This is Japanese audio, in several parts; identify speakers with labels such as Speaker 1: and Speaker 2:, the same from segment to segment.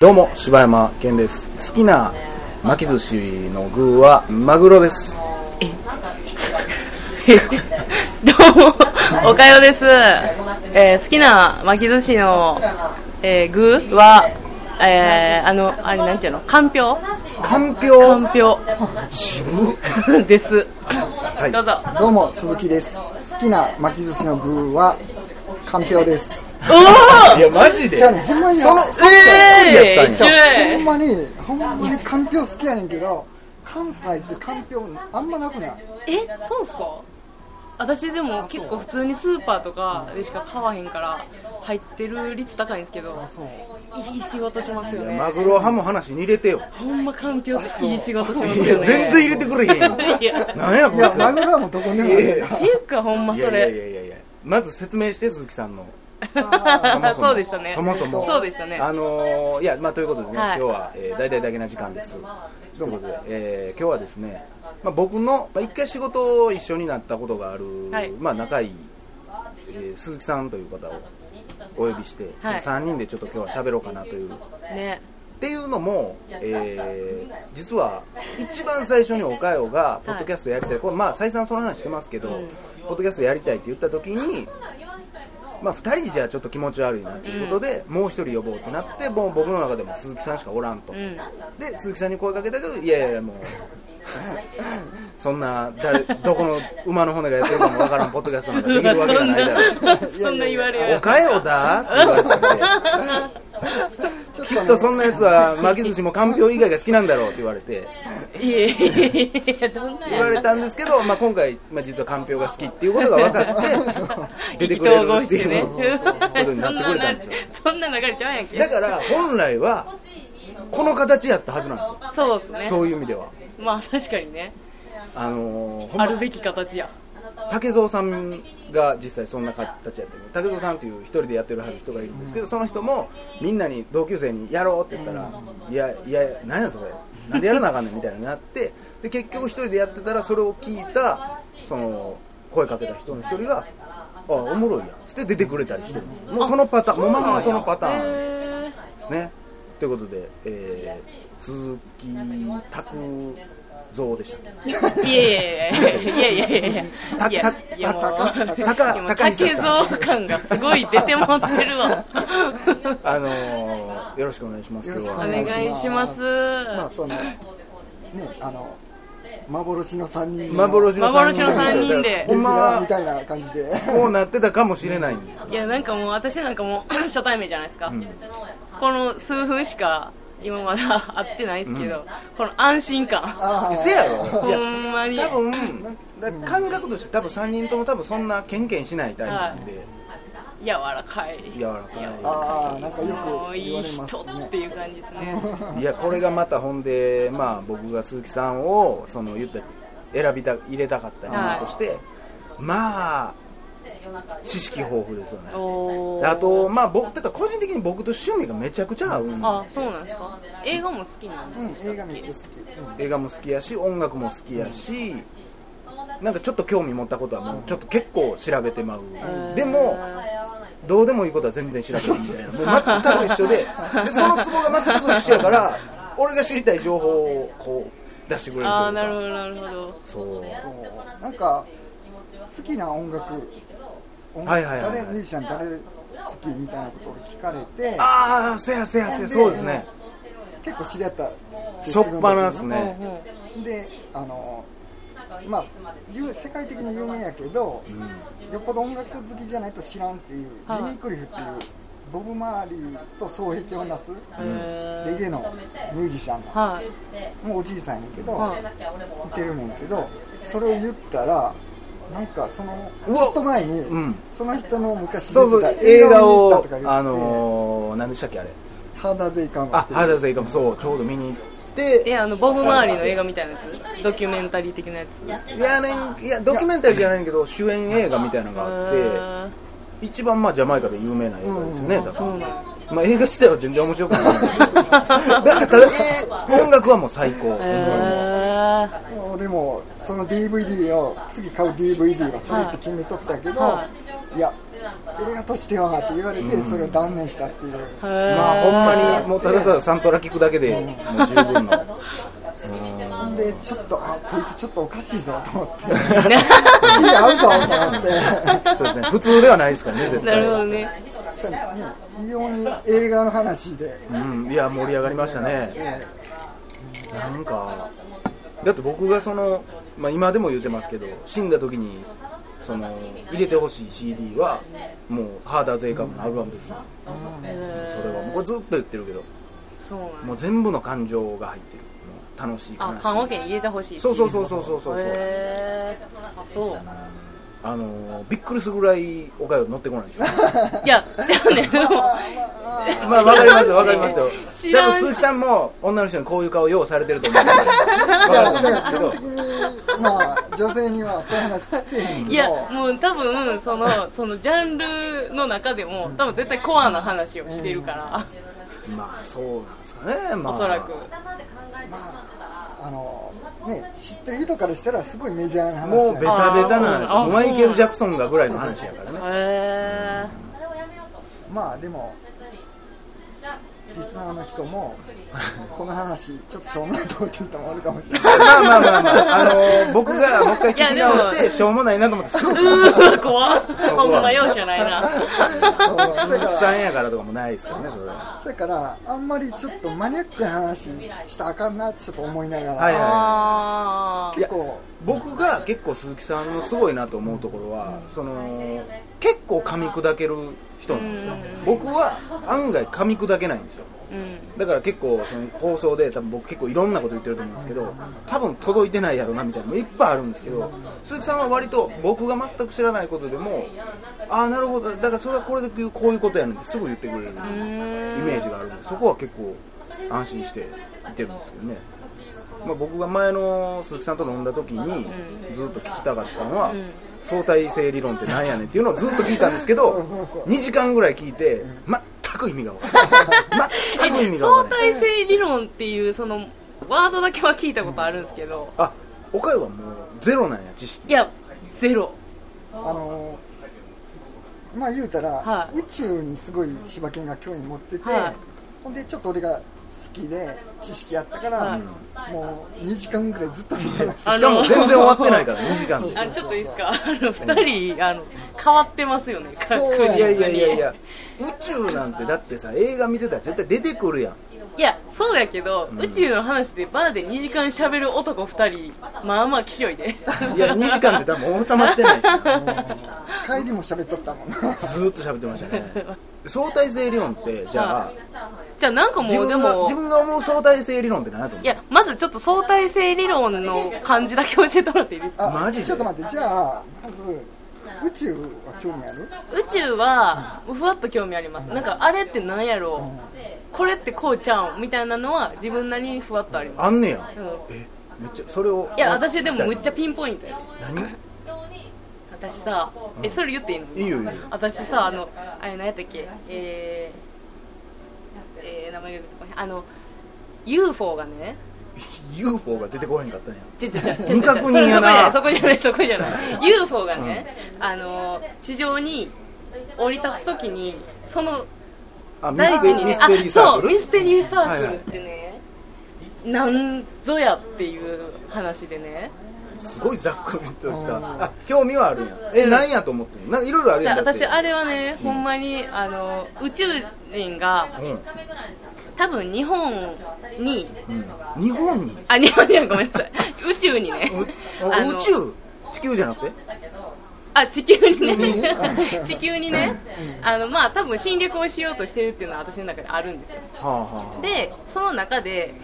Speaker 1: どうも、柴山健です。好きな巻き寿司の具はマグロです。
Speaker 2: どうも、おかよです。えー好きな巻き寿司の、えー具は、えーあの、あれなんちゅうのかんぴょ
Speaker 1: かんぴ
Speaker 2: うか
Speaker 1: ょうん
Speaker 2: ぴょ
Speaker 1: 渋っ
Speaker 2: う です。
Speaker 1: はい
Speaker 2: どうぞ。
Speaker 3: どうも鈴木です好きな巻き寿司の具はかんぴょうです
Speaker 2: お
Speaker 1: いや、マジで
Speaker 3: じゃあねほんまに
Speaker 1: その、
Speaker 3: ほ
Speaker 2: お
Speaker 1: え
Speaker 2: え
Speaker 1: ー
Speaker 2: ー、
Speaker 1: 一
Speaker 2: 一
Speaker 1: 応
Speaker 3: んまにほんまにかんぴょう好きやねんけど関西ってかんぴょうあんまなくない
Speaker 2: え、そうっすか私でも結構普通にスーパーとかでしか買わへんから、入ってる率高いんですけど、いい仕事しますよね。
Speaker 1: マグロ派も話に入れてよ。
Speaker 2: ほんまかんぴょうっていい仕事しま
Speaker 1: い
Speaker 2: す
Speaker 1: や、
Speaker 2: よ
Speaker 1: 全
Speaker 2: ね。
Speaker 1: 然入れてくれへんよ。
Speaker 2: いや、
Speaker 1: なんやこ
Speaker 3: い
Speaker 1: れ
Speaker 3: やマグロはもうどこでもある
Speaker 1: い
Speaker 3: や
Speaker 1: や
Speaker 3: ん
Speaker 2: っていうかほんま
Speaker 1: い
Speaker 2: そ
Speaker 1: やい
Speaker 2: れ
Speaker 1: やい。やいやいやまず説明して、鈴木さんの。
Speaker 3: あ
Speaker 1: そもも
Speaker 2: そうでしたね
Speaker 1: そもそも。
Speaker 2: そうでしたね
Speaker 1: あのーいや、まあ、ということでね、
Speaker 2: はい
Speaker 1: 今日は、えー、大々だけな時間です。ということで、えー今日はですね、まあ、僕の、まあ、一回仕事を一緒になったことがある、
Speaker 2: はい
Speaker 1: まあ、仲いい、えー鈴木さんという方をお呼びして、
Speaker 2: はい
Speaker 1: 3人でちょっと今日は喋ろうかなという。
Speaker 2: ね。
Speaker 1: っていうのも、えー実は一番最初におかよ がポッドキャストやりたい、これまあ再三その話してますけど、ポッドキャストやりたいって言った時に、まあ、2人じゃちょっと気持ち悪いなということで、もう1人呼ぼうってなってもう僕の中でも鈴木さんしかおらんと、
Speaker 2: ん
Speaker 1: で鈴木さんに声かけたけどいやいやもう そんな誰どこの馬の骨がやってるかもわからんポッドキャストなんかできるわけがないだろう
Speaker 2: そんな言われる
Speaker 1: おかよだって言われたんで。
Speaker 3: ちょっ
Speaker 1: きっ
Speaker 3: と
Speaker 1: と
Speaker 3: ね
Speaker 1: そんなやつは巻き寿司もかんぴょう以外が好きなんだろうって言われ て
Speaker 2: いやいやいやいや、どんな
Speaker 1: 言わ
Speaker 2: や
Speaker 1: れたんですけど、まあ、今回、まあ、実はかんぴょうが好きっていうことが分か って出てくれるっていうことになってくれたんですよ
Speaker 2: そんな流れちゃうやんけ。
Speaker 1: だから本来はこの形やったはずなんですよ
Speaker 2: そうですね。
Speaker 1: そういう意味では
Speaker 2: まあ確かにね。
Speaker 1: あのーほん
Speaker 2: あ
Speaker 1: ま
Speaker 2: るべき形や。
Speaker 1: 竹蔵さんが実際そんな形やってる竹蔵さんという一人でやってる人がいるんですけどその人もみんなに同級生にやろうって言ったらいやいや何やそれなんでやらなあかんねんみたいになってで結局一人でやってたらそれを聞いたその声かけた人の一人があおもろいやんっつって出てくれたりしてるもうそのパターンもうまんまそのパタ
Speaker 2: へ
Speaker 1: ーン
Speaker 2: え。
Speaker 1: ですねということで、えー、鈴木拓蔵でしたっけ
Speaker 2: いやいやいやいやいやいやいや。いやいやもう。竹蔵感がすごい出てもってるわ。
Speaker 1: あのー、よろし くお願いします。
Speaker 3: よろしくお
Speaker 2: お
Speaker 1: 今日は
Speaker 2: 願いします。
Speaker 3: まあそのねあの幻の三人
Speaker 1: 幻の三人
Speaker 2: 幻の三人で
Speaker 1: ほ
Speaker 3: ほ
Speaker 1: ん
Speaker 3: ん
Speaker 1: ま
Speaker 3: まみ
Speaker 1: は
Speaker 3: たいな感じで
Speaker 1: こうなってたかもしれないんですよ。
Speaker 2: いやなんかもう私なんかもう 初対面じゃないですか、
Speaker 1: ん
Speaker 2: この数分しか今まだ会ってないですけど、この安心感
Speaker 3: あ
Speaker 1: せやろ。い
Speaker 2: ほ
Speaker 1: や、
Speaker 2: んまに
Speaker 1: 多分、だ感覚として多分三人とも多分そんなケンケンしないタイプなんで、
Speaker 2: 柔らかい
Speaker 1: 柔らか
Speaker 3: ああなんかよ
Speaker 2: も
Speaker 3: く
Speaker 2: うい
Speaker 3: 言わ
Speaker 2: い
Speaker 3: れ
Speaker 2: 人
Speaker 3: ますね
Speaker 2: っていう感じですね
Speaker 1: い。いや、これがまたほんで、まあ僕が鈴木さんを、その言った、選びた、入れたかった理由として、まあ、知識豊富ですよね。
Speaker 2: おー
Speaker 1: あと、まあ僕、てか個人的に僕と趣味がめちゃくちゃ合うんで
Speaker 2: あそうなんですか映画も好きなん
Speaker 3: うん
Speaker 2: でしたっ
Speaker 3: 映
Speaker 2: け、
Speaker 3: 画めっちゃ好き
Speaker 1: 映画も好きやし音楽も好きやしなんかちょっと興味持ったことはもうちょっと結構調べてまうでもどうでもいいことは全然調べないみ たいなもう全く一緒ででそのツボが全く一緒やから俺が知りたい情報をこう出してくれるというか
Speaker 2: ああなるほどなるほど
Speaker 1: そう
Speaker 3: そうなんか好きな音楽音楽
Speaker 1: はいはいはいはい
Speaker 3: 誰ミュージシャン誰好きみたいなことを聞かれて
Speaker 1: ああせやせやせやそうですね
Speaker 3: 結構知り合った
Speaker 1: しょっぱなっすね
Speaker 2: うんうん
Speaker 3: であのまあゆ世界的に有名やけど、よっぽど音楽好きじゃないと知らんっていう、
Speaker 2: はい
Speaker 3: ジミー・クリフっていうボブ・マーリーと双璧をなす
Speaker 2: え
Speaker 3: レゲ
Speaker 2: ー
Speaker 3: エのミュージシャンが
Speaker 2: はい
Speaker 3: もうおじいさんやねんけど、
Speaker 2: はい
Speaker 3: いてるねんけどそれを言ったらなんかそのち
Speaker 1: うわ
Speaker 3: ょっと前に、
Speaker 1: うん
Speaker 3: その人の昔
Speaker 1: そうそう
Speaker 3: 出てた
Speaker 1: 映画
Speaker 3: 見に行
Speaker 1: を
Speaker 3: ったとか言って
Speaker 1: あのー何でしたっけあれ
Speaker 3: ハーダーゼイカム
Speaker 1: あ原田さんいいかもそうちょうど見に行って
Speaker 2: えあのボブ周りの映画みたいなやつドキュメンタリー的なやつ
Speaker 1: いやねんいやドキュメンタリーじゃないんだけど主演映画みたいなのがあって、
Speaker 2: え
Speaker 1: 一番まあジャマイカで有名な映画ですよね、だか
Speaker 2: そうなの
Speaker 1: ら、まあ、映画自体は全然面白くないんだけどだからただ、えー音楽はもう最高、
Speaker 2: え
Speaker 3: 俺もその DVD を次買う DVD はそれって決めとったけど、、
Speaker 2: はい
Speaker 3: や映画としてはって言われてそれを断念したっていう、
Speaker 1: まあほんまにもうただただサントラ聞くだけでもう十分の、
Speaker 3: ほんでちょっとあこいつちょっとおかしいぞと 思っていや合うぞと思って
Speaker 1: そうですね普通ではないですからね絶
Speaker 2: な
Speaker 1: 対
Speaker 2: るほどね。
Speaker 3: そしたらね異様に映画の話で、
Speaker 1: うんいや盛り上がりましたね
Speaker 3: え
Speaker 1: なんかだって僕がその、まあ、今でも言ってますけど死んだ時にその入れてほしい CD はもう「ハーダーゼイカム」のアルバムですね、それはもうこれずっと言ってるけど
Speaker 2: そうなん
Speaker 1: もう全部の感情が入ってるもう楽しい
Speaker 2: あ
Speaker 1: 悲、
Speaker 2: 看護
Speaker 1: しい
Speaker 2: 家に入れてほしい。
Speaker 1: そうそうそうそうそうそうそう、
Speaker 2: へーあそう。
Speaker 1: あのーびっくりするぐらいおかよ乗ってこないでしょ
Speaker 2: いや、じゃあね、でも、
Speaker 1: まあわかりますよわかりますよ
Speaker 2: 知
Speaker 1: 多
Speaker 2: らん
Speaker 1: 分鈴木さんも女の人にこういう顔ようされてると思うん です
Speaker 3: えい
Speaker 1: わか
Speaker 3: や
Speaker 1: る
Speaker 3: じ
Speaker 1: と
Speaker 3: ゃあ基
Speaker 1: 思うん
Speaker 3: 本
Speaker 1: です
Speaker 3: 的
Speaker 1: けど
Speaker 3: にまあ女性にはこういう話せえへん
Speaker 2: い
Speaker 3: け
Speaker 2: や
Speaker 3: ど、
Speaker 2: もう多分、その、そのジャンルの中でも、多分絶対コアな話をしてるから、
Speaker 1: まあそうなんですかねまあ
Speaker 2: おそらく。
Speaker 3: あのね知ってる人からしたらすごいメジャーな話
Speaker 1: もうベタベタな
Speaker 2: あ
Speaker 1: 話
Speaker 2: ー
Speaker 1: マイケル・ジャクソンがぐらいの話やからね
Speaker 2: へ
Speaker 3: まあでもリスナーの人もこの話ちょっとしょうもないと思ってる人もおるかもしれない
Speaker 1: まあまあまあまあ、あのー僕がもう一回聞き直
Speaker 2: いやで
Speaker 1: して、しょうもないなと思って、すぐ、
Speaker 2: ー。うわ、 怖っ。ほんま容赦な いな。
Speaker 3: そう
Speaker 1: 鈴木
Speaker 3: だ
Speaker 1: さ
Speaker 3: か
Speaker 1: んやからとかもないですからね、それは。
Speaker 3: らだからあんまりちょっとマニアックな話したらあかんなってちょっと思いながら、
Speaker 1: はいは
Speaker 2: あ
Speaker 1: い
Speaker 3: 結構
Speaker 1: い。僕が結構鈴木さんのすごいなと思うところは、その、結構噛み砕ける人なんですよ。僕は案外噛み砕けないんですよ。
Speaker 2: ー。うん。
Speaker 1: だから結構その放送で多分僕結構いろんなこと言ってると思うんですけど多分届いてないやろなみたいなのもいっぱいあるんですけど鈴木さんは割と僕が全く知らないことでもああなるほどだからそれはこれでこういうことやるんですぐ言ってくれるイメージがあるんでそこは結構安心して言ってるんですけどね、まあ、僕が前の鈴木さんと飲んだ時にずっと聞きたかったのは、相対性理論ってなんやねんっていうのをずっと聞いたんですけど
Speaker 3: そうそうそう
Speaker 1: 2時間ぐらい聞いて全く意味が分から ない全く意味が
Speaker 2: 相
Speaker 1: 分からない
Speaker 2: 対性理論っていうそのワードだけは聞いたことあるんですけど、
Speaker 1: あ岡山はもうゼロなんや知識
Speaker 2: いやゼロ
Speaker 3: あのまあ言うたら、
Speaker 2: はい
Speaker 3: 宇宙にすごい柴犬が興味持ってて、
Speaker 2: はい
Speaker 3: ほんでちょっと俺が好きで知識あったから、
Speaker 2: はい
Speaker 3: もう2時間ぐらいずっとその話
Speaker 2: あ
Speaker 1: しか
Speaker 2: の
Speaker 1: も全然終わってないから2時間で
Speaker 2: あちょっといいですかあの2人あの変わってますよね確
Speaker 3: そう
Speaker 2: 実に
Speaker 1: いやいやいやいや宇宙なんてだってさ映画見てたら絶対出てくるやん
Speaker 2: いやそうやけど、宇宙の話でバーで2時間しゃべる男2人まあまあきしょ いで
Speaker 1: いや2時間って多分収まってないし
Speaker 3: 帰りも喋っとったもんな
Speaker 1: ずーっと喋ってましたね相対性理論ってじゃあ
Speaker 2: じゃあなんか
Speaker 1: 自
Speaker 2: もうで
Speaker 1: 分が
Speaker 2: も
Speaker 1: 自分が思う相対性理論って何やと思
Speaker 2: いやまずちょっと相対性理論の感じだけ教えてもらっていいですか
Speaker 3: あ
Speaker 1: マジで
Speaker 3: ちょっと待ってじゃあまず宇宙は興味ある
Speaker 2: 宇宙はふわっと興味ありますなんかあれってなんやろうこれってこうちゃうんみたいなのは自分なりにふわっとあり
Speaker 1: う
Speaker 2: ま
Speaker 1: あんねや
Speaker 2: す、うん、
Speaker 1: えめっちゃそれを
Speaker 2: いや私でもむっちゃ
Speaker 1: ン
Speaker 2: ピンポイントやで
Speaker 1: 何
Speaker 2: 私さえそれ言っていいの
Speaker 1: いいよいいよ
Speaker 2: 私さあのあれ何やったっけえー、えー、名前が出てこないあの UFO がね
Speaker 1: UFO が出てこへんかったんや
Speaker 2: ちょちょちょちょ
Speaker 1: 未確認やな
Speaker 2: そこじゃないそこじゃないそこじゃない UFO がね、あの地上に降り立つときにその
Speaker 1: あミス
Speaker 2: 大地
Speaker 1: テ
Speaker 2: に
Speaker 1: リー
Speaker 2: ね
Speaker 1: ミステリーサーク
Speaker 2: そうミス
Speaker 1: ル
Speaker 2: テリーサークルってね、なんぞやっていう話でね
Speaker 1: すごいざっくりとしたあ興味はあるんやえ何やと思ってんのなんかいろいろある
Speaker 2: じゃ
Speaker 1: や
Speaker 2: あ
Speaker 1: んだって
Speaker 2: 私あれはね、ほんまにあの宇宙人が
Speaker 1: う
Speaker 2: 多分日本に
Speaker 1: ん日本に
Speaker 2: あ日本人ごめんなさい宇宙にね
Speaker 1: う
Speaker 2: あの
Speaker 1: 宇宙地球じゃなくて
Speaker 2: あ地球に ね地球にねあのまあ多分侵略をしようとしてるっていうのは私の中であるんですよ
Speaker 1: はあは
Speaker 2: でその中で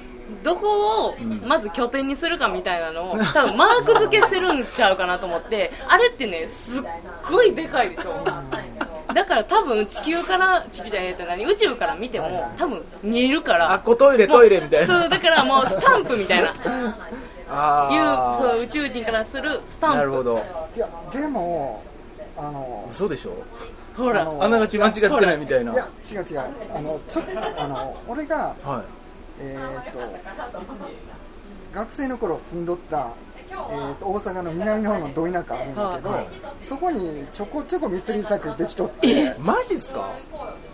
Speaker 2: どこをまず拠点にするかみたいなのを多分マーク付けしてるんちゃうかなと思ってあれってねすっごいでかいでしょだから多分地球から地球じゃねえって何宇宙から見ても多分見えるか
Speaker 1: ああっ
Speaker 2: ら
Speaker 1: こトイレトイレみたいな
Speaker 2: そうだからもうスタンプみたいないう
Speaker 1: あ
Speaker 2: そう
Speaker 1: う
Speaker 2: 宇宙人からするスタンプ
Speaker 1: なるほど
Speaker 3: いやでもあの
Speaker 1: 嘘でしょ
Speaker 2: ほら
Speaker 3: あの
Speaker 1: あながち間違ってないみたいない
Speaker 3: や違う違うあのちょっとあの俺が
Speaker 1: は
Speaker 3: えーっと学生の頃住んどった、えー、と大阪の南の方のど田舎あるんだけど、
Speaker 1: はい
Speaker 3: そこにちょこちょこミスリーサークルできとって
Speaker 1: マジっすか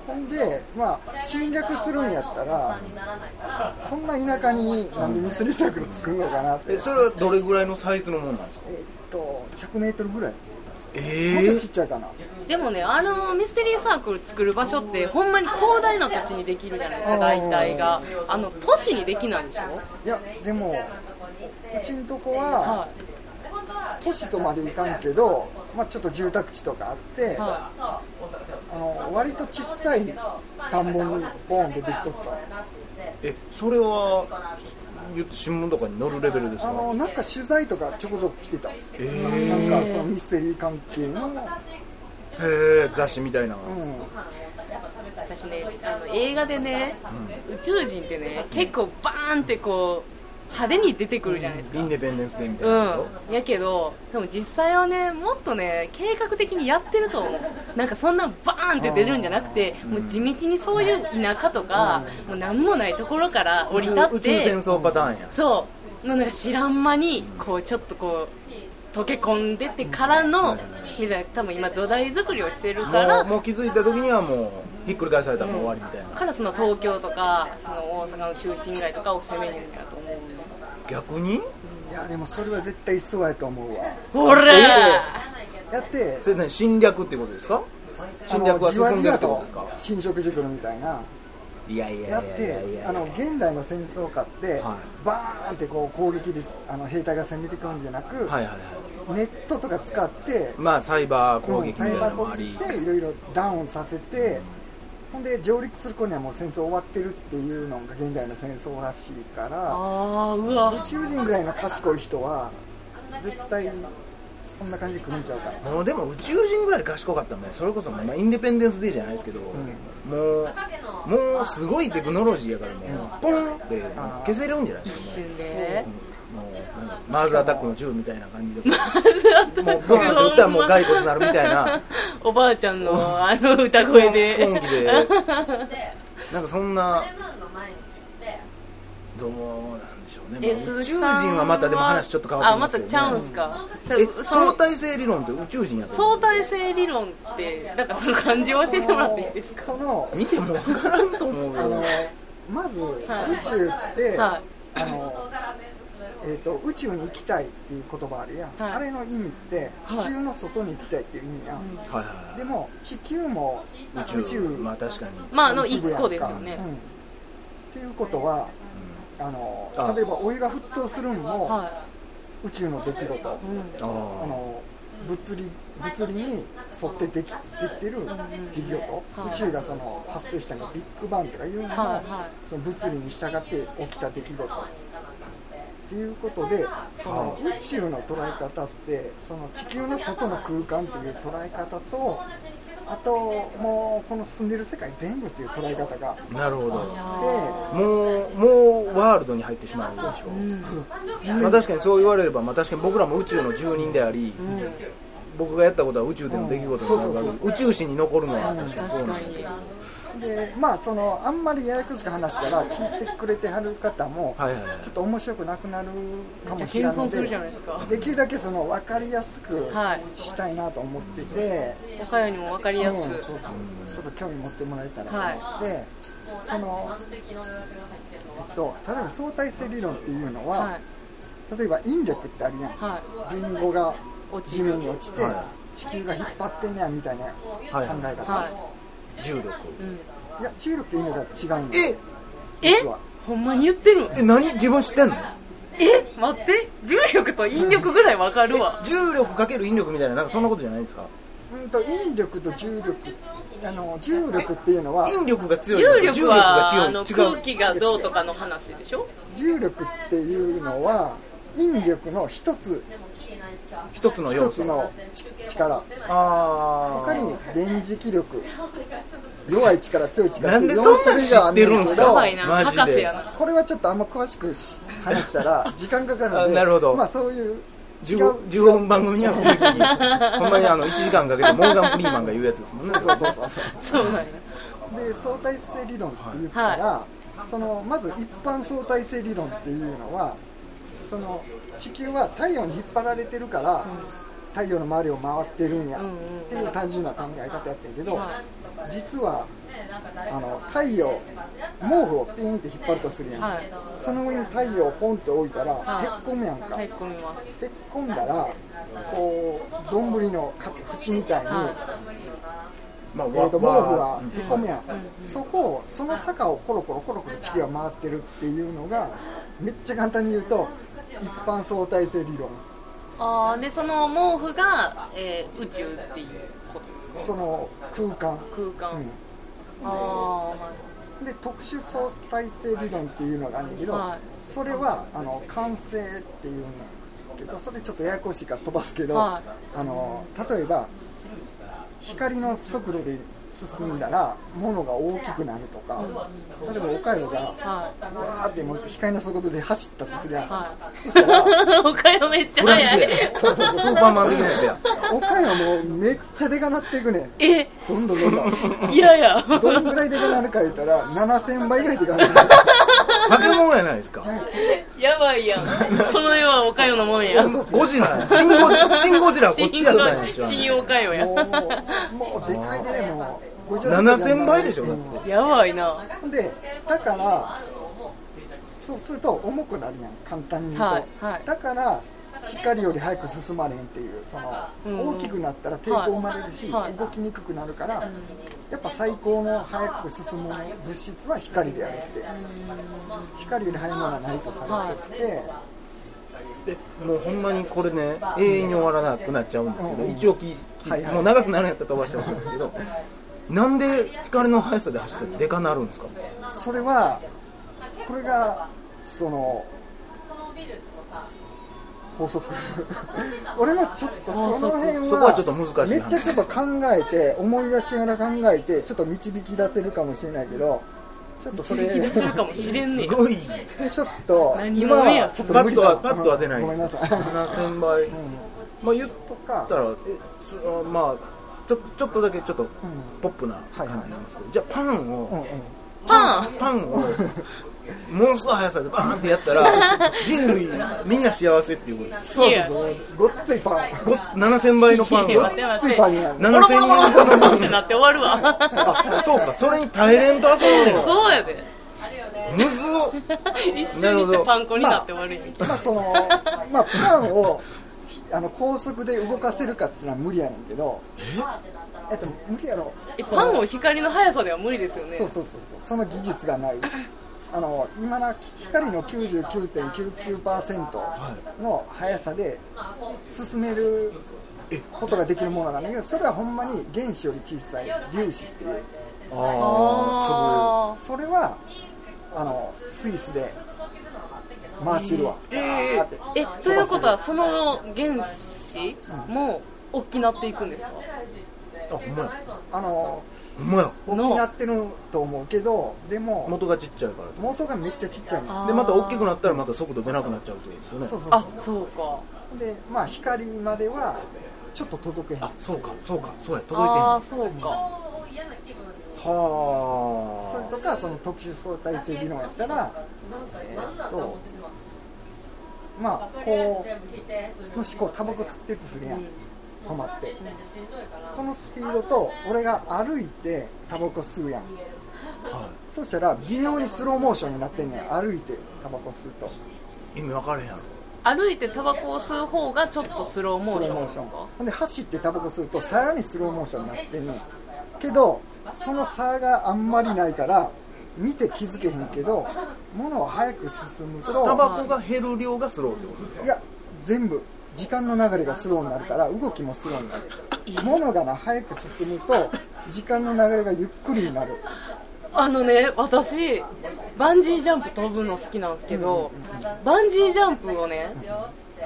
Speaker 3: ほんで、まあ、侵略するんやったらそんな田舎になんでミスリーサークル作るのかなって、
Speaker 1: えそれはどれぐらいのサイズのものなんですか
Speaker 3: えっと 100m ぐらい
Speaker 1: え
Speaker 3: もっとちっちゃいかな、
Speaker 2: でもねあのミステリーサークル作る場所ってほんまに広大な土地にできるじゃないですか大体があの都市にできないんでしょ
Speaker 3: いやでもうちんとこは
Speaker 2: は
Speaker 3: 都市とまでいかんけど、まあ、ちょっと住宅地とかあって、
Speaker 2: い、はい、
Speaker 3: あの割と小さい田んぼにボーンってできとった
Speaker 1: えそれは言って新聞とかに載るレベルです
Speaker 3: あ
Speaker 1: か
Speaker 3: のなんか取材とかちょこちょこ来てた、
Speaker 1: え
Speaker 3: なんかそのミステリー関係の、うん、
Speaker 1: ー、へえ雑誌みたいな、
Speaker 2: 私ねあの映画でね、宇宙人ってね結構バーンってこう派手に出てくるじゃないですか、
Speaker 1: インデペンデンスデーみたいなこ
Speaker 2: うん、やけど、でも実際はね、もっとね、計画的にやってると思う、なんかそんなバーンって出るんじゃなくて、もう地道にそういう田舎とか、もうなんもないところから
Speaker 1: と
Speaker 2: 降り立って、
Speaker 1: 宇宙宇宙戦争パターンや、
Speaker 2: そう、もうなんか知らん間に、こうちょっとこう、溶け込んでってからの、みたいな、多分今、土台作りをしてるか
Speaker 1: も
Speaker 2: ら
Speaker 1: う。もう気づいた時にはもうひっくり返されたらもう終わりみたいな、
Speaker 2: からその東京とかその大阪の中心街とかを攻めへんやと思う
Speaker 1: 逆に
Speaker 3: いやでもそれは絶対そうやと思うわ
Speaker 2: ほら
Speaker 3: やって
Speaker 1: それ何侵略ってことですか
Speaker 3: あ
Speaker 1: 侵
Speaker 3: の
Speaker 1: 略は
Speaker 3: じわ
Speaker 1: 進ん
Speaker 3: じ
Speaker 1: でる
Speaker 3: わ
Speaker 1: ってこと
Speaker 3: と
Speaker 1: ですか
Speaker 3: 侵食事故みたいない
Speaker 1: やいやい
Speaker 3: やっ
Speaker 1: やいやい
Speaker 3: て
Speaker 1: や
Speaker 3: あの現代の戦争下って、
Speaker 1: は
Speaker 3: バーンってこう攻撃ですあの兵隊が攻めてくるんじゃなく、
Speaker 1: はいはいはい
Speaker 3: ネットとか使って
Speaker 1: まあサイバー攻撃
Speaker 3: う
Speaker 1: み
Speaker 3: ん
Speaker 1: た
Speaker 3: サ
Speaker 1: い
Speaker 3: イ
Speaker 1: な
Speaker 3: バ
Speaker 1: の
Speaker 3: ー
Speaker 1: も
Speaker 3: 攻
Speaker 1: あ
Speaker 3: 撃
Speaker 1: り
Speaker 3: していろいろダウンさせて、ほんで上陸する頃にはもう戦争終わってるっていうのが現代の戦争らしいから
Speaker 2: あーうわ
Speaker 3: 宇宙人ぐらいの賢い人は絶対そんな感じで来るんちゃうかな
Speaker 1: もうでも宇宙人ぐらい賢かったらねそれこそもうまあインデペンデンス・デーじゃないですけど、もうもうすごいテクノロジーやからもうポンってもう消せるんじゃないですか
Speaker 2: 旬で
Speaker 1: もうもうなんかマーズアタックの銃みたいな感じでもう
Speaker 2: ほ
Speaker 1: ボ
Speaker 2: ん
Speaker 1: ン
Speaker 2: ま
Speaker 1: って打ったらもう骸骨になるみたいな
Speaker 2: おばあちゃんのあの歌声で
Speaker 1: 蓄音機でなんかそんなどうなんでしょうね、
Speaker 2: え
Speaker 1: まあ
Speaker 2: 鈴
Speaker 1: 宇宙
Speaker 2: 木
Speaker 1: 人
Speaker 2: さん
Speaker 1: はまたでも話ちょっと変わ
Speaker 2: あ
Speaker 1: って
Speaker 2: ま
Speaker 1: ますけ
Speaker 2: た
Speaker 1: ど、ね、
Speaker 2: ちゃうんすか
Speaker 1: え
Speaker 2: その
Speaker 1: 相対性理論って宇宙人やと
Speaker 2: 相対性理論ってだからその漢字を教えてもらっていいですか
Speaker 3: その
Speaker 1: 見てもわからんと思う
Speaker 3: あの
Speaker 1: よ
Speaker 3: まず宇宙って、
Speaker 2: はい
Speaker 3: あのえー、と宇宙に行きたいっていう言葉あるやん、
Speaker 2: はい
Speaker 3: あれの意味って地球の外に行きたいっていう意味やん、
Speaker 1: はいはい
Speaker 3: でも地球も
Speaker 1: はい宇宙
Speaker 3: 宇宙
Speaker 1: まあ確かに、
Speaker 2: まああの
Speaker 3: 一
Speaker 2: 一
Speaker 3: 部やんか
Speaker 2: 個ですよね
Speaker 3: うんっていうことはあの
Speaker 1: あ
Speaker 3: 例えばお湯が沸騰するんも、
Speaker 2: は
Speaker 3: 宇宙の出来事、
Speaker 2: い、うん
Speaker 1: あ
Speaker 3: あ
Speaker 1: ー
Speaker 3: の物理物理に沿ってできできてる出来事、
Speaker 2: はい
Speaker 3: 宇宙がその発生したのビッグバンとかいうのも、
Speaker 2: はいはい
Speaker 3: その物理に従って起きた出来事っていうことでその宇宙の捉え方ってその地球の外の空間っていう捉え方とあともうこの住んでる世界全部っていう捉え方が
Speaker 1: なるほど
Speaker 3: あって。
Speaker 1: もうもうワールドに入ってしまうんでしょまあ、確かにそう言われれば、まあ、確かに僕らも宇宙の住人であり、僕がやったことは宇宙での出来事になるから、
Speaker 3: うんそうそう
Speaker 1: 宇宙史に残るのは確かにそう
Speaker 2: 確
Speaker 1: な
Speaker 2: か
Speaker 1: んだけ
Speaker 2: に
Speaker 1: ど、
Speaker 3: でまあそのあんまりややこしく話したら聞いてくれてはる方も、
Speaker 1: はいはいはい
Speaker 3: ちょっと面白くなくなるか
Speaker 2: じゃ
Speaker 3: も
Speaker 2: あ
Speaker 3: しれない
Speaker 2: 謙遜
Speaker 3: の
Speaker 2: するじゃないで
Speaker 3: で
Speaker 2: すか
Speaker 3: できるだけその分かりやすく
Speaker 2: はい
Speaker 3: したいなと思ってて、
Speaker 2: おかよにも分かりやすく、
Speaker 3: うんそうそうちょっと興味持ってもらえたらと思って、その、えっと、例えば相対性理論っていうのは、
Speaker 2: はい
Speaker 3: 例えば引力ってあるやん、
Speaker 2: はい
Speaker 3: リンゴが
Speaker 2: 落ち
Speaker 3: 地
Speaker 2: る
Speaker 3: 面に落ちて、
Speaker 1: は
Speaker 3: 地球が引っ張ってんねやみたいな考え方、
Speaker 1: はい
Speaker 2: は
Speaker 1: 重力
Speaker 2: い、うん、
Speaker 3: いや重力と引力が違うんです
Speaker 1: え
Speaker 2: え
Speaker 3: 実は
Speaker 2: ほんまに言ってるん
Speaker 1: え何自分知ってんの
Speaker 2: え待って重力と引力ぐらい分かるわ
Speaker 1: 重力かける引力みたいななんかそんなことじゃないんですか
Speaker 3: うんと引力と重力あの重力っていうのは
Speaker 1: 引力が強いの
Speaker 2: 重
Speaker 1: と
Speaker 2: 力はあの
Speaker 1: 重力が違う違
Speaker 2: 空気がどうとかの話でしょ
Speaker 3: 重力っていうのは引力の一つ
Speaker 1: う一つの
Speaker 3: 一
Speaker 1: 要
Speaker 3: つ
Speaker 1: 素
Speaker 3: の力
Speaker 1: あ
Speaker 3: 他
Speaker 1: あ
Speaker 3: に電磁気力弱い力強い力
Speaker 1: なんでそんなん
Speaker 3: 四種類があねだけど
Speaker 1: 知
Speaker 2: や
Speaker 1: っ
Speaker 2: ば
Speaker 1: てる
Speaker 2: い
Speaker 1: んす
Speaker 2: な
Speaker 1: マジで
Speaker 2: 博士やな
Speaker 3: これはちょっとあんま詳しくし話したら時間かかる の
Speaker 1: あ
Speaker 3: で
Speaker 1: なるほど
Speaker 3: まあそういう違う
Speaker 1: 10本番組にはほんま にほんまにあの1時間かけてモーガン・フリーマンが言うやつですもんね
Speaker 3: そうそうそうそ
Speaker 2: そ
Speaker 3: う
Speaker 2: うなんや
Speaker 3: で相対性理論って言ったら、そのまず一般相対性理論っていうのはその地球は太陽に引っ張られてるから、太陽の周りを回ってるんや、
Speaker 2: うんうん
Speaker 3: っていう単純な考え方やってんけど、
Speaker 2: は
Speaker 3: 実はあの太陽毛布をピンって引っ張るとするやん、
Speaker 2: はい
Speaker 3: その上に太陽をポンって置いたら、
Speaker 2: はい
Speaker 3: へっこむやんか、
Speaker 2: はい、込みます。
Speaker 3: へっこんだらこう丼のか縁みたいに、
Speaker 2: は
Speaker 1: まあ、
Speaker 3: えー、と毛布
Speaker 1: わ
Speaker 3: がへこむやん、そこをその坂をコロコロコロコロ地球が回ってるっていうのがめっちゃ簡単に言うと一般相対性理論
Speaker 2: ああ、で、その毛布が、えー、宇宙っていうことですか
Speaker 3: その空間、
Speaker 2: 空間。
Speaker 3: う
Speaker 2: ああ、はい
Speaker 3: ん、で特殊相対性理論っていうのがあるんだけど、
Speaker 2: はい
Speaker 3: それはあの完成っていうのけどそれちょっとややこしいから飛ばすけど、
Speaker 2: はい
Speaker 3: あの例えば光の速度で進んだら物が大きくなるとか、例えば岡山が
Speaker 2: は
Speaker 3: うわーってもう光の速度で走ったとすりゃ、
Speaker 2: い。は
Speaker 3: そしたら
Speaker 2: い。おかよめっちゃ早い。
Speaker 3: そうそう
Speaker 1: ス
Speaker 3: そう
Speaker 1: ーパーマン的なやつや
Speaker 3: 岡山もうめっちゃでかなっていくねん
Speaker 2: え、
Speaker 3: どんどんどんどん
Speaker 2: いやいや。
Speaker 3: どんぐらいでかなるか言ったら7000倍ぐらいで かなる
Speaker 1: 化け物やないですか
Speaker 2: やばいやん。この世はおかよのもんや。
Speaker 1: ゴジラシンゴジラシンゴジラはこっちやったんでしょ
Speaker 2: 新おかよや。
Speaker 3: もうもうでかいでもう
Speaker 1: 7000倍でしょだって
Speaker 2: やばいな。
Speaker 3: うんでだからそうすると重くなるやん簡単に言うと、
Speaker 2: はいはい
Speaker 3: だから光より早く進まれんっていうその、
Speaker 2: うん
Speaker 3: 大きくなったら抵抗生まれるし、
Speaker 2: はいはい
Speaker 3: 動きにくくなるから、やっぱ最高の早く進む物質は光であるって、光より早いものはないとされてて、
Speaker 1: でもうほんまにこれね永遠に終わらなくなっちゃうんですけど、
Speaker 3: うん
Speaker 1: 一応き、
Speaker 3: はいはい
Speaker 1: もう長くなるんやったら飛ばしてほしいんですけどなんで光の速さで走ってデカなるんですか
Speaker 3: それはこれがその法則俺もちょっとその辺は
Speaker 1: そこはちょっと難しい話
Speaker 3: めっちゃちょっと考えて思い出しながら考えてちょっと導き出せるかもしれないけどちょっとそれ
Speaker 2: 引き出せるかもしれんね
Speaker 1: す
Speaker 2: ん。
Speaker 1: ごい
Speaker 3: ちょっと
Speaker 2: 何
Speaker 3: 今
Speaker 2: もや
Speaker 3: はちょっと無理だ
Speaker 1: パッとはパッとは出ない
Speaker 3: ごめんなさい
Speaker 1: 7000倍、まあ言っ
Speaker 3: と
Speaker 1: た
Speaker 3: から
Speaker 1: えすあまあちょちょっとだけちょっとポップな感じなんですけど、じゃあパンを、
Speaker 3: うんうん
Speaker 2: パン
Speaker 1: パンをものすごい速さでバーンってやったら人類みんな幸せっていうことです
Speaker 3: そう
Speaker 2: い
Speaker 3: そう
Speaker 2: や
Speaker 3: そうごっついパン
Speaker 1: ご7000倍のパン
Speaker 2: いや
Speaker 1: が
Speaker 2: 待って待
Speaker 3: ごっ
Speaker 2: っ
Speaker 3: ついパン
Speaker 2: て。
Speaker 3: になる
Speaker 2: ボロボロボロボロボロってな って終わるわ。
Speaker 1: あそうかそれに耐えれんとあかんねん
Speaker 2: そうやで。
Speaker 1: むずを
Speaker 2: 一瞬にしてパン粉になって終わるやんけ。
Speaker 3: まあその、 まあ、パンをあの高速で動かせるかっていうのは無理やねんけどえっと無理やろ
Speaker 2: えパンを光の速さでは無理ですよね。
Speaker 3: そうそうそうそうその技術がないあの今な光の99.99%の速さで進めることができるものなんだけどそれはほんまに原子より小さい粒子っていう
Speaker 1: あ
Speaker 2: あ
Speaker 3: それはあのスイスで回してるわ、
Speaker 1: えー
Speaker 3: ガーって
Speaker 2: ーえ、ということは、その原子も大きなっていくんですか
Speaker 1: つぶれるあ
Speaker 3: あの
Speaker 1: ほんまや
Speaker 3: 大きなってると思うけどで
Speaker 1: ほんまや
Speaker 3: も
Speaker 1: 元がちっちゃいからと
Speaker 3: 元がめっちゃちっちゃいの
Speaker 2: あ
Speaker 1: でまた大きくなったらまた速度出なくなっちゃうってことです
Speaker 3: そ
Speaker 1: よ
Speaker 3: う
Speaker 1: ね
Speaker 3: そう
Speaker 2: あ
Speaker 3: そ、
Speaker 2: そうか。
Speaker 3: うでまあ光まではちょっと届けへん
Speaker 1: あそうかそうかそうや届いてへん
Speaker 2: ああ、
Speaker 1: は
Speaker 2: そうか。
Speaker 3: それと
Speaker 1: あ
Speaker 3: かその特殊相対性理論やったら、えーっとまあこうもしこうタバコ吸ってるとするやん止まってこのスピードと俺が歩いてタバコ吸うやん
Speaker 1: は
Speaker 3: そしたら微妙にスローモーションになってんねん歩いてタバコ吸うと
Speaker 1: い意味分かれへんやろ
Speaker 2: 歩いてタバコを吸う方がちょっとスローモー
Speaker 3: ス
Speaker 2: シ
Speaker 3: ロ
Speaker 2: ョンなん
Speaker 3: ーモ
Speaker 2: で
Speaker 3: ー
Speaker 2: す
Speaker 3: ション
Speaker 2: か
Speaker 3: ほんで走ってタバコ吸うとさらにスローモーションになってんねんけどその差があんまりないから見て気づけへんけど物を早く進むと
Speaker 1: タバコが減る量がスローってことですか
Speaker 3: いや全部時間の流れがスローになるから動きもスローになる物がな早く進むと時間の流れがゆっくりになる
Speaker 2: あのね、私、バンジージャンプ飛ぶの好きなんですけど、バンジージャンプをね、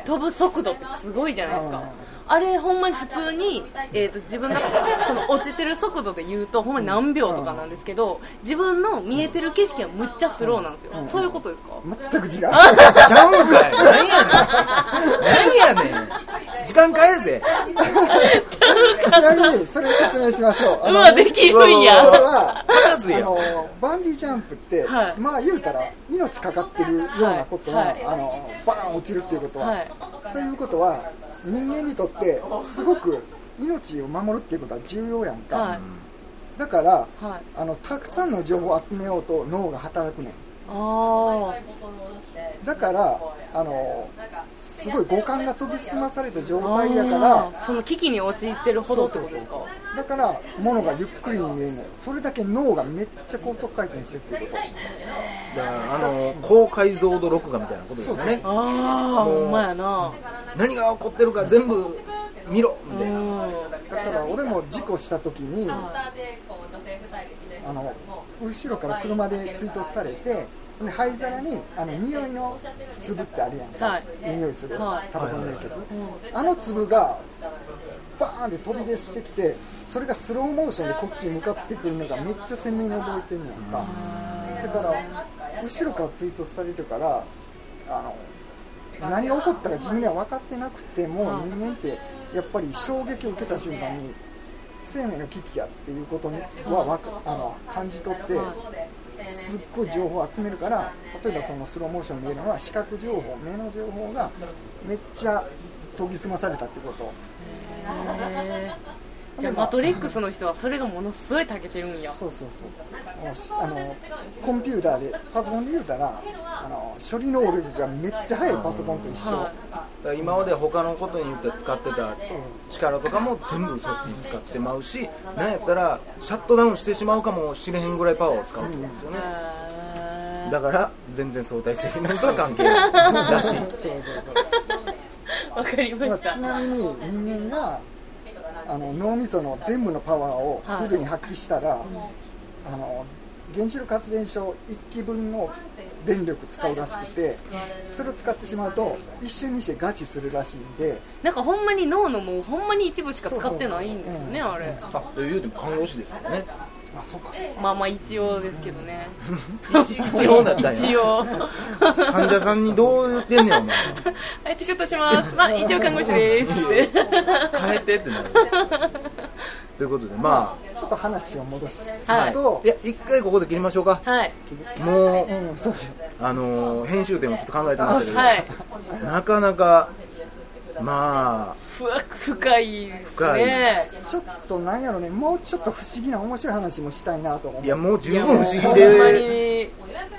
Speaker 2: 飛ぶ速度ってすごいじゃないですか。あれ、ほんまに普通に、えー、と自分がその落ちてる速度で言うと、ほんまに何秒とかなんですけど、自分の見えてる景色はむっちゃスローなんですよ。そういうことですか
Speaker 3: 全く違う
Speaker 1: ちゃうんかい何やねん何やねん時間返せ
Speaker 3: ちなみにそれを説明しましょうあ
Speaker 2: う
Speaker 3: の
Speaker 2: わ、できるんや。
Speaker 3: これ
Speaker 2: は
Speaker 3: は
Speaker 1: 任
Speaker 3: あ
Speaker 1: せよ
Speaker 3: のバンジージャンプって、
Speaker 2: はい
Speaker 3: まあ言うたら命かかってるようなことは、
Speaker 2: はい
Speaker 3: あのバーン落ちるっていうことは、
Speaker 2: い。
Speaker 3: ということは人間にとってすごく命を守るっていうことは重要やんか、
Speaker 2: はい
Speaker 3: だから
Speaker 2: はい。
Speaker 3: あのたくさんの情報を集めようと脳が働くねん
Speaker 2: あ
Speaker 3: だからあのすごい五感が研ぎ澄まされた状
Speaker 2: あ。
Speaker 3: 態やから
Speaker 2: あーその危機に陥ってるほどってことです
Speaker 3: そう
Speaker 2: か
Speaker 3: そうそうそうだから物がゆっくりに見えるのよそれだけ脳がめっちゃ高速回転してるっていうこ
Speaker 1: だからあの高解像度録画みたいなことですよね
Speaker 2: ああ、ほんまやな。
Speaker 1: 何が起こってるか全部見ろみ
Speaker 2: う。
Speaker 1: たいなん
Speaker 3: とだから俺も事故した時にあ
Speaker 2: は
Speaker 3: の後ろから車で追突されてで灰皿にあの匂いの粒ってあるやん
Speaker 2: い。
Speaker 3: か、
Speaker 2: はい。
Speaker 3: いい匂いする、
Speaker 2: はい
Speaker 3: タバコの匂い消す、
Speaker 2: うん
Speaker 3: あの粒がバーンって飛び出してきてそれがスローモーションでこっちに向かってくるのがめっちゃ鮮明に覚えてんねやんかそれから後ろから追突されてからあの何が起こったか自分では分かってなくても
Speaker 2: はい
Speaker 3: 人間ってやっぱり衝撃を受けた瞬間に生命の危機やっていうことにはわかあの感じ取って
Speaker 2: は
Speaker 3: すっごい情報を集めるから例えばそのスローモーション見えるのは視覚情報目の情報がめっちゃ研ぎ澄まされたってこと
Speaker 2: へーじゃあ、マトリックスの人はそれがものすごい長けてるんや。
Speaker 3: そうそうそうもうしあのコンピューターでパソコンで言うたらあの処理能力がめっちゃ速いパソコンと一緒、
Speaker 2: は
Speaker 1: だから今まで他のことによって使ってた力とかも全部そっちに使ってまうしなんやったらシャットダウンしてしまうかもしれへんぐらいパワーを使うってことですよ
Speaker 2: い。
Speaker 1: ね
Speaker 2: へー
Speaker 1: だから全然相対性理論とは関係ないらしい
Speaker 3: そうそうそう
Speaker 2: わかりま
Speaker 3: まあ
Speaker 2: し
Speaker 3: ち
Speaker 2: た。
Speaker 3: なみに人間があの脳みその全部のパワーをフルに発揮したら、あの原子力発電所1基分の電力使うらしくてそれを使ってしまうと一瞬にして餓死するらしいんで
Speaker 2: なんかほんまに脳のもうほんまに一部しか使ってないんですよね、
Speaker 3: そうそう
Speaker 2: あれ。
Speaker 1: あ言うても看護師ですよね
Speaker 3: あそうかそうか
Speaker 2: まあまあ一応ですけどね。
Speaker 1: 一一応だったんや
Speaker 2: 一応。
Speaker 1: 患者さんにどう言ってんねんお前
Speaker 2: はい、チクッとします。まあ一応看護師ですって。
Speaker 1: 変えてってなるということでま
Speaker 3: まあちょっと話を戻す
Speaker 2: はい
Speaker 1: あ
Speaker 3: と
Speaker 1: い、や一回ここで切りましょうか
Speaker 2: はい。
Speaker 1: もう
Speaker 3: うんそうです
Speaker 1: あのー編集点もちょっと考えてましたけど、
Speaker 2: はい。
Speaker 1: なかなかまあ
Speaker 2: ふわ、深いです
Speaker 1: 深い
Speaker 2: ね。
Speaker 3: ちょっとなんやろねもうちょっと不思議な面白い話もしたいなと思う
Speaker 1: いやもう十
Speaker 2: いや
Speaker 1: 分
Speaker 2: もう
Speaker 1: 不思
Speaker 2: ほ
Speaker 1: 議
Speaker 2: んま
Speaker 1: で
Speaker 2: に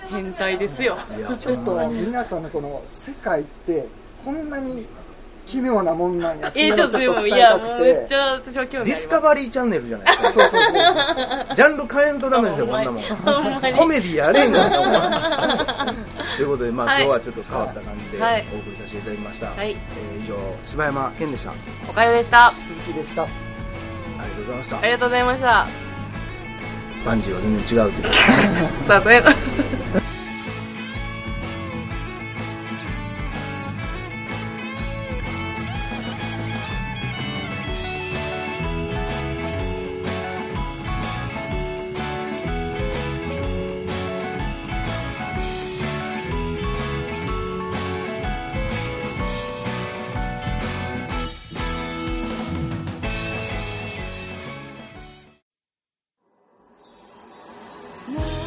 Speaker 2: 変態ですよ。
Speaker 1: いや
Speaker 3: ちょっ
Speaker 1: ほんま
Speaker 3: と
Speaker 1: に
Speaker 3: 皆さんのこの世界ってこんなに奇妙なもんなんやって
Speaker 2: え
Speaker 3: いう
Speaker 2: ー、ち
Speaker 3: の
Speaker 2: ょっ
Speaker 3: を
Speaker 2: と
Speaker 3: ちょ
Speaker 2: で
Speaker 3: っと
Speaker 2: も、い
Speaker 3: 伝
Speaker 2: や、
Speaker 3: えた
Speaker 2: も
Speaker 3: く
Speaker 2: う
Speaker 3: て
Speaker 2: めっちゃ私は興味
Speaker 1: デ
Speaker 2: あ
Speaker 1: ィ
Speaker 2: り
Speaker 1: ス
Speaker 2: ま
Speaker 1: カ
Speaker 2: す。
Speaker 1: バリーチャンネルじゃないですか
Speaker 3: そうそうそう
Speaker 1: ジャンル変えんとダメですよこんなもん
Speaker 2: ほんまに。
Speaker 1: コメディや れんがなお前ということでまあ
Speaker 2: はい
Speaker 1: 今日はちょっと変わった感じで
Speaker 2: はい
Speaker 1: お送りさせていただきました
Speaker 2: はい
Speaker 1: えー以上柴山健でしたあ
Speaker 2: おかよでした。あ
Speaker 3: 鈴木でした
Speaker 1: りがとうございました
Speaker 2: りがとうございました。
Speaker 1: バンジーは全然違うっていう
Speaker 2: スタートやろ。